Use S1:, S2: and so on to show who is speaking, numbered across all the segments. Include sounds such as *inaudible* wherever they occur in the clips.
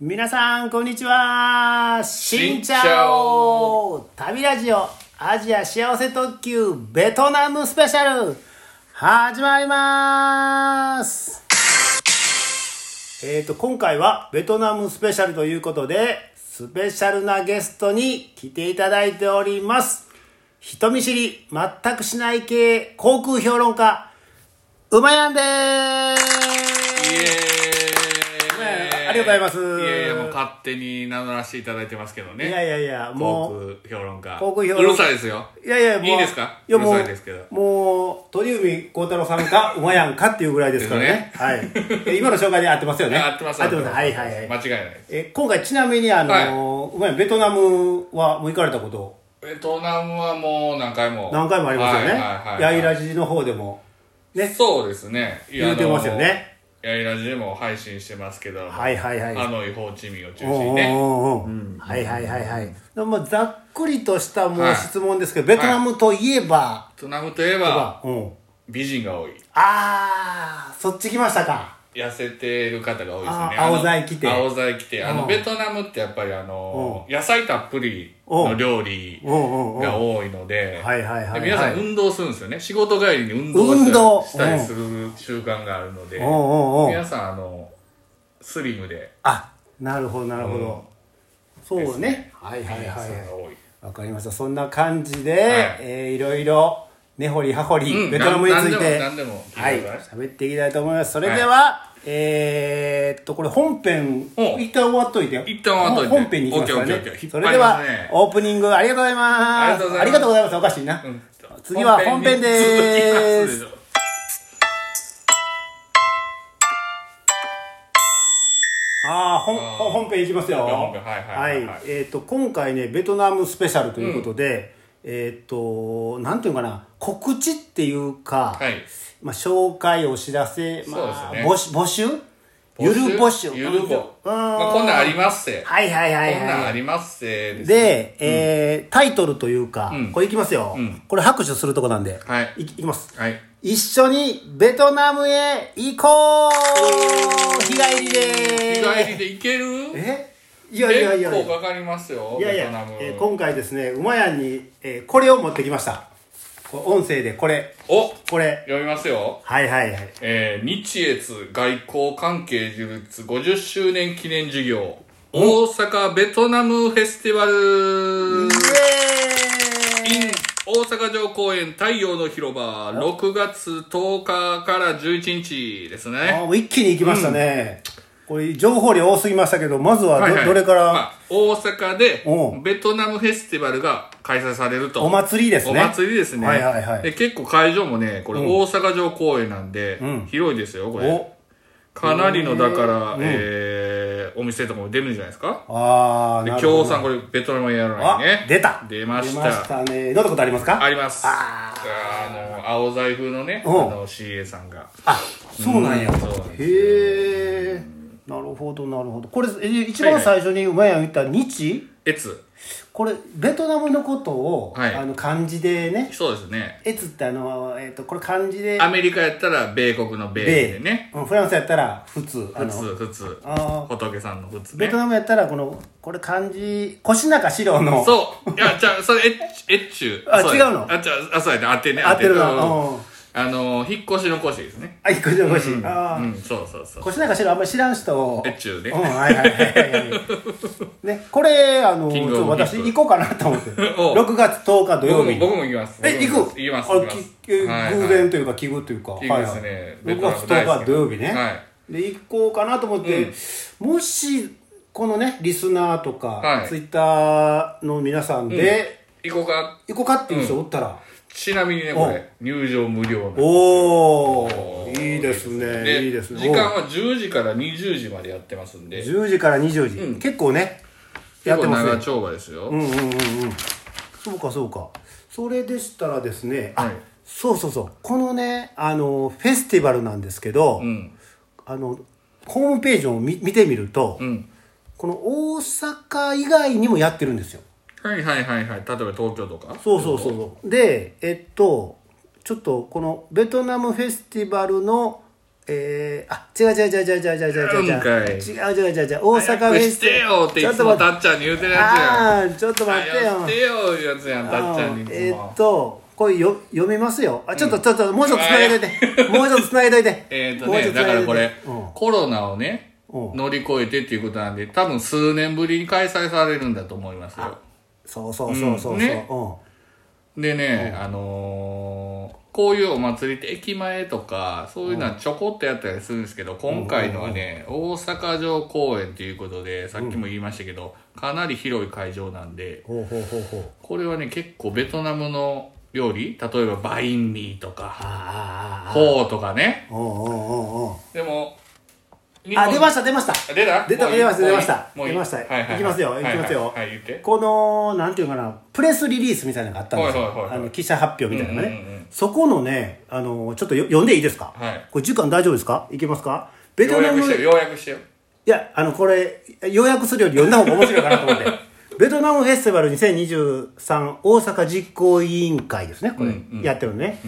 S1: 皆さんこんにちはし
S2: し
S1: ん
S2: ん
S1: ち
S2: ち
S1: ゃ
S2: ゃ
S1: お
S2: お
S1: 旅ラジオアジア幸せ特急ベトナムスペシャル始まりますえーと今回はベトナムスペシャルということでスペシャルなゲストに来ていただいております人見知り全くしない系航空評論家うまやんで
S2: イエ
S1: す
S2: ー
S1: ね
S2: イ
S1: ありがとうございます
S2: いやいやもう勝手に名乗らせていただいてますけど
S1: いや
S2: ね
S1: いやいやも
S2: 航
S1: う
S2: 空評論家
S1: 航空評論家
S2: うるさいですよ
S1: いやいや、もう
S2: いいですか
S1: いやも
S2: う
S1: う
S2: るさいですけど
S1: もう鳥海幸太郎さんか
S2: *laughs*
S1: 馬やんかっていうぐらいですからね。
S2: です
S1: はい。え今の紹介で合ってますよね。
S2: *laughs* あ合ってます
S1: 合ってます。はいはいはい。
S2: 間違いないです
S1: え今回ちなみにあの馬やんベトナムはもう行かれたこと
S2: ベトナムはもう何回も
S1: 何回もありますよ
S2: はいはいはい
S1: ね。ヤイラジの方でもね
S2: そうですねいや
S1: 言うてますよね。
S2: あのやいらじでも配信してますけど
S1: はいはいはい
S2: ハノイホーチミンを中
S1: おうお
S2: 心
S1: う
S2: にね
S1: おうおうはいはいはいはい。でもまあざっくりとしたも
S2: は
S1: う
S2: い
S1: 質問ですけど、ベトナムといえば、
S2: ベトナムといえば
S1: うん
S2: 美人が多い
S1: あーそっち来ましたか。
S2: 痩せてる方が多いですね
S1: あ
S2: あの
S1: 青菜来て
S2: 青菜来てあ
S1: う
S2: の
S1: ん
S2: ベトナムってやっぱりあの野菜たっぷりの料理
S1: うんうんうん。
S2: が多いので
S1: はいはいはいはい
S2: で皆さん運動するんですよね仕事帰りに運動を
S1: 運動
S2: したりする習慣があるので
S1: おうおうおう
S2: 皆さんあのスリムで
S1: あなるほどなるほど、そうねはいはい
S2: 皆
S1: は
S2: さ
S1: い
S2: んが
S1: は
S2: 多い
S1: いわかりましたそんな感じで、えーいろいろ根掘り葉掘り、
S2: うん
S1: ベトナムについて
S2: なんなんでも
S1: は
S2: なん
S1: い
S2: でも聞いてくださ
S1: 喋っていきたいと思いますそれでは、えーっとこれ本編
S2: お
S1: 一旦終わっといて
S2: 一旦終わっといて
S1: 本編に行きますから
S2: オッケーオッ
S1: ね
S2: ケーオッケー
S1: それでは
S2: 引っ張りますね
S1: オープニングありがとうございます
S2: ありがとうご
S1: ざいますおかしいな、
S2: うん
S1: 次は本編でーす
S2: 続きます
S1: ああ本
S2: あー
S1: 本編いきますよ
S2: 本編はいはいはいはい
S1: えっ、と今回ねベトナムスペシャルということで、えっ、となんていうのかな告知っていうか、
S2: はい
S1: まあ、紹介お知らせ、ま
S2: そ
S1: あ
S2: うですね
S1: 募集募集ゆる募集
S2: ゆるぼ
S1: うん
S2: まあこんなんありますせ
S1: はいはいはい
S2: こんなん
S1: は
S2: あ
S1: い
S2: りますせですね
S1: で、えータイトルというか、
S2: うん
S1: これいきますよ、
S2: うん
S1: これ拍手するとこなんで、
S2: はい
S1: いきます
S2: はい
S1: 一緒にベトナムへ行こう日帰りでー
S2: 日帰りで行ける
S1: えいやいやいやいや
S2: 結構かかりますよ
S1: いやい
S2: ベトナ
S1: や
S2: ム、
S1: えー今回ですね、うまやんに、えーこれを持ってきました。こう音声でこれ、
S2: お
S1: これ。
S2: 読みますよ
S1: はいはいはい。
S2: えー日越外交関係樹立50周年記念事業大阪ベトナムフェスティバル
S1: イ
S2: in
S1: エーイ
S2: 大阪城公園太陽の広場6月10日から11日です
S1: あ
S2: ね
S1: ーもう一気に行きましたね。これ、情報量多すぎましたけど、まずはど,、
S2: はいはい
S1: どれから、
S2: まあ大阪で
S1: おう
S2: ベトナムフェスティバルが開催されると
S1: お祭りですね。
S2: お祭りですね。
S1: はいはいはい
S2: で結構会場もね、これ大阪城公園なんで、
S1: ん
S2: 広いですよ、これ。
S1: お
S2: かなりの、だから、えーお店とかも出るんじゃないですか。
S1: ああ、
S2: で
S1: なるほど。
S2: 京さん、これ、ベトナムやら
S1: あ、
S2: ないね。
S1: 出た。
S2: 出ました。
S1: 出ましたね。どんなことありますか
S2: あります。
S1: あ
S2: あの、青財風のね、あ
S1: お
S2: の、CA さんが。
S1: あ、そうなんや。
S2: うんそうなんですよ
S1: へえ。なるほど、なるほど。これ、え一番最初にうまやん言った日
S2: えつ。
S1: これベトナムのことを、
S2: はい
S1: あの漢字でね
S2: そうです
S1: 「
S2: ね。
S1: えつ」ってあの、えっとこれ漢字で
S2: アメリカやったら、米国の米でね。
S1: うんフランスやったら「普通」あ
S2: 普
S1: の
S2: 通、普通。
S1: あ
S2: 仏さんの普通
S1: ベ
S2: ね
S1: ト。ナムやったらこのこれ漢字腰中四郎の
S2: そう。いや、じゃあ、それ、えっち、えっちゅう。
S1: あ
S2: そうや
S1: 違うの
S2: あ、じゃあ、あそうやね。当てね。
S1: 合ってるな
S2: う
S1: う
S2: ん
S1: ん
S2: あのー、引っ越しの腰ですね。
S1: あ腰の腰、ああ、
S2: うん、そうそうそう。
S1: 腰中四郎あんまり知らん人を
S2: えっちゅうね
S1: うんはいはいはいはい
S2: *laughs*
S1: ねこれあの
S2: キング
S1: ちょ
S2: オ
S1: っ
S2: ブ
S1: と私行
S2: ヒップ
S1: こうかなと思って
S2: *laughs* お
S1: 6月10日土曜
S2: 僕
S1: 日
S2: も、僕も行きます。
S1: え行く
S2: 行きます。
S1: あ
S2: 行きま
S1: き
S2: す。
S1: え
S2: はいはい
S1: 偶然というか奇遇というか
S2: 奇遇ですね
S1: はい
S2: ベト
S1: は
S2: ナ
S1: い、
S2: ム
S1: 6月
S2: 大好
S1: 10
S2: き
S1: 日土曜日ね、
S2: は
S1: で行こうかなと思って、もしこのねリスナーとか、
S2: はい
S1: ツイッターの皆さんで、
S2: 行こうか。
S1: 行こうかっていう人おったら、
S2: ちなみにね、これ、入場無料なんで
S1: おおいいですね
S2: で
S1: いいですね
S2: 時間は10時から20時までやってますん
S1: お
S2: で。
S1: 10時から20時、
S2: うん
S1: 結構ねや
S2: 結
S1: って
S2: 構
S1: ます
S2: 長
S1: ね
S2: 丁場ですよ。
S1: うんうんうんうんそうかそうかそれでしたらですねあ、
S2: はい
S1: そうそうそうこのねあのフェスティバルなんですけど、
S2: うん。
S1: あのホームページを見見てみると、
S2: うん。
S1: この大阪以外にもやってるんですよ
S2: はいはいはいはい。例えば東京とか。
S1: そうそうそうそうでえっとちょっとこのベトナムフェスティバルのえー、あ違う違う違う違う違う違う違う違
S2: うんか
S1: 違う
S2: いう
S1: 違う違う違う大阪フ
S2: 早く
S1: ェス
S2: してよってい
S1: ちょっ
S2: つ
S1: と
S2: も
S1: 待
S2: た
S1: っ
S2: っちゃんに言うてる
S1: て
S2: やつやん。
S1: ああちょっと待って
S2: 早くして
S1: よ
S2: よいうやつやん、たっちゃんにいつも。
S1: えーっとこれよ読みますよあちょっとちょっともうちょっとつなげといてもうちょっとつなげといて
S2: *laughs* えーっと
S1: もう
S2: ね、
S1: ちょっ
S2: だ
S1: つな
S2: か
S1: げと
S2: ら
S1: いて
S2: これ、
S1: うん
S2: コロナをね、
S1: うん
S2: 乗り越えてっていうことなんで、多分数年ぶりに開催されるんだと思いますよ。
S1: そうそうそうそうそう、
S2: うんねでね、あのーこういうお祭りって駅前とか、そういうのはちょこっとやったりするんですけど、今回のはね、大阪城公園ということで、さっきも言いましたけど、かなり広い会場なんで、
S1: うんほうほうほうほう
S2: これはね、結構ベトナムの料理、例えばバインミーとか、
S1: ああああ
S2: フォーとかね。
S1: おうおうおうおう
S2: でも、
S1: あ出ま
S2: し
S1: した出ました
S2: た出た
S1: 出た
S2: もういい
S1: 出ました
S2: もうい
S1: 出
S2: い
S1: ました
S2: も
S1: 出ました
S2: ういいはいはいはい
S1: きますよ
S2: はい
S1: いきますよ
S2: はいはい、言って。
S1: このなんていうかなプレスリリースみたいなのがあったんですよ、
S2: はいはいはいはい
S1: あの記者発表みたいなのがね、
S2: うんうんうん
S1: そこのねあのちょっとよ読んでいいですか、
S2: はい
S1: これ時間大丈夫ですかいけますかベ
S2: よ
S1: ト
S2: う
S1: ナ
S2: やく
S1: ム
S2: してよ、ようやくしてよ。
S1: いやあのこれ要約するより読んだ方が面白いかなと思
S2: *laughs*
S1: ってベトナムフェスティバル2023大阪実行委員会ですねこれ、
S2: うんうん
S1: やってるのね、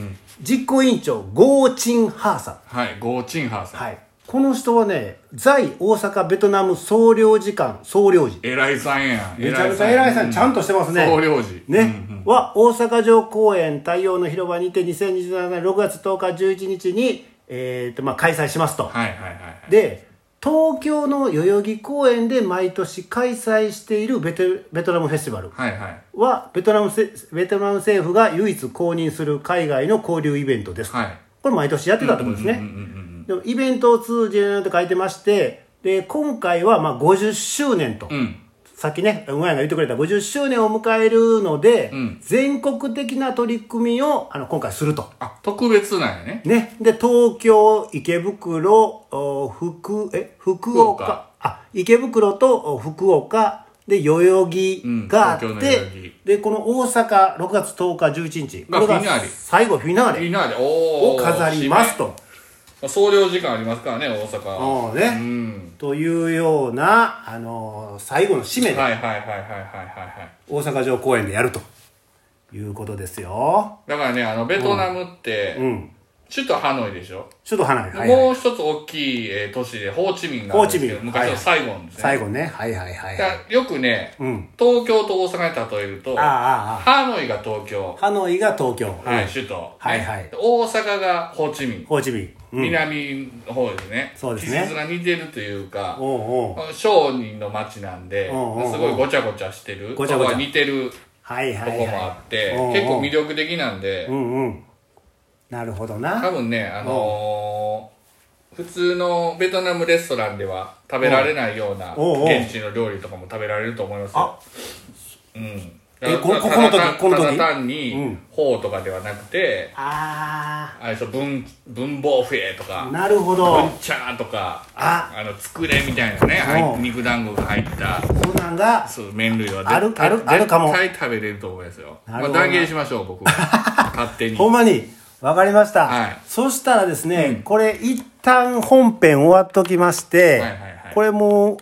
S1: 実行委員長ゴー・チン・ハーさん
S2: はい、ゴーチンハーさん。
S1: はい、この人はね在大阪ベトナム総領事館総領事
S2: 偉いさんやん。
S1: めちゃめちゃ偉いさんちゃんとしてますね
S2: 総領事。
S1: ね、は大阪城公園太陽の広場にて2027年6月10日11日に、えーとまあ、開催しますと、
S2: はいはいはいはい。
S1: で東京の代々木公園で毎年開催しているベトベトナムフェスティバル
S2: はいはい。
S1: はベトナムせベトナム政府が唯一公認する海外の交流イベントです、
S2: はい。
S1: これ毎年やってたところですね、
S2: うんうんうん
S1: でもイベントを通じるって書いてましてで今回はまあ50周年と、
S2: うん。うん。
S1: さっきねうまいが言ってくれた50周年を迎えるので、
S2: うん
S1: 全国的な取り組みをあの今回すると。
S2: あ、特別なんやね。
S1: ね、で東京池袋お福え福
S2: 福
S1: 岡
S2: 岡
S1: あ池袋とお福岡で代々木があって、
S2: うん東京の代々木
S1: でこの大阪6月10日11日
S2: が
S1: これ
S2: フィナーレ
S1: 最後フィナー
S2: み
S1: レ
S2: んなで、お
S1: を
S2: ー。
S1: 飾りますと。
S2: 締め。総領事館ありますからね、大阪。
S1: そうね
S2: うん。
S1: というような、あのー最後の締めで
S2: はいはいはいはいはいはいはい。
S1: 大阪城公園でやるということですよ。
S2: だからね、あの、ベトナムって、
S1: うん。
S2: 首都ハノイでしょ。
S1: ちょっと離れ、はいはい
S2: もう一つ大きいえー都市で、ホーチミンがあるんですけど、
S1: ホーチミン
S2: 昔のサイゴンですね。
S1: 最後ね。はいはいはい
S2: だ
S1: は
S2: か
S1: い。
S2: らよくね、
S1: うん。
S2: 東京と大阪に例えると、
S1: ああ
S2: ハ
S1: あああ
S2: ノイが東京
S1: あ。、ハノイが東京。
S2: は
S1: う
S2: い、
S1: ん
S2: 首都。
S1: はいはい
S2: で大阪がホーチミン。
S1: ホーチミン。うん。
S2: 南の方ですね。
S1: そうですね
S2: 地質が似てるというか、
S1: おうおう。
S2: 商人の町なんで、す
S1: うんうんうん
S2: ごいごちゃごちゃしてる。
S1: ごちゃごちゃ
S2: とこが似てる
S1: はい
S2: と
S1: は
S2: こ
S1: い
S2: もあ
S1: は
S2: って、
S1: うんうん
S2: 結構魅力的なんで
S1: い。う、んうん。なるほど
S2: 多
S1: な。
S2: 分ね、あのー普通のベトナムレストランでは食べられないような
S1: うんうんうん
S2: 現地の料理とかも食べられると思いますよ。うん。
S1: えこ
S2: ただ
S1: ここの時
S2: ただ
S1: この時
S2: ただ単
S1: う
S2: に
S1: ん、
S2: フォーとかではなくて、
S1: あ
S2: あれそう文文房フェと
S1: あ。
S2: か
S1: なるほ
S2: 文
S1: ど。
S2: 茶とか
S1: あ
S2: のつくれみたいなね入っ
S1: うん
S2: 肉団子が入った
S1: そうなんが、
S2: そう麺類は
S1: あるあるあるかも
S2: 絶対食べれると思いますよ、
S1: な
S2: ま
S1: るほ
S2: あ、
S1: ど
S2: 断言しましょ
S1: *laughs*
S2: う僕勝手に
S1: ほんまに、わかりました。
S2: はい
S1: そしたらですね、これ一旦本編終わっときまして、
S2: はいはいはい
S1: これもう、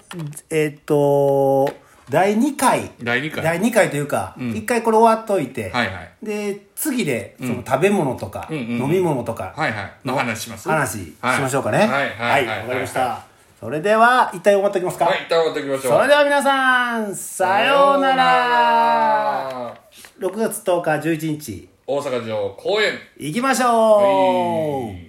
S1: えーっと、第2回、
S2: 第2回
S1: 第2回というか、一1回これ終わっといて、
S2: はいはい
S1: で、次で、その食べ物とか、
S2: うんうんうん
S1: 飲み物とか、
S2: はいはいの話します
S1: 話しましょうかね。
S2: はいはい
S1: わ、
S2: はい
S1: かりました。それでは、一旦終わっときますか。
S2: はい一旦終わっていきましょう
S1: それでは皆さん、さようなら。
S2: さようなら
S1: 6月10日11日、
S2: 大阪城公園
S1: 行きましょう、
S2: はい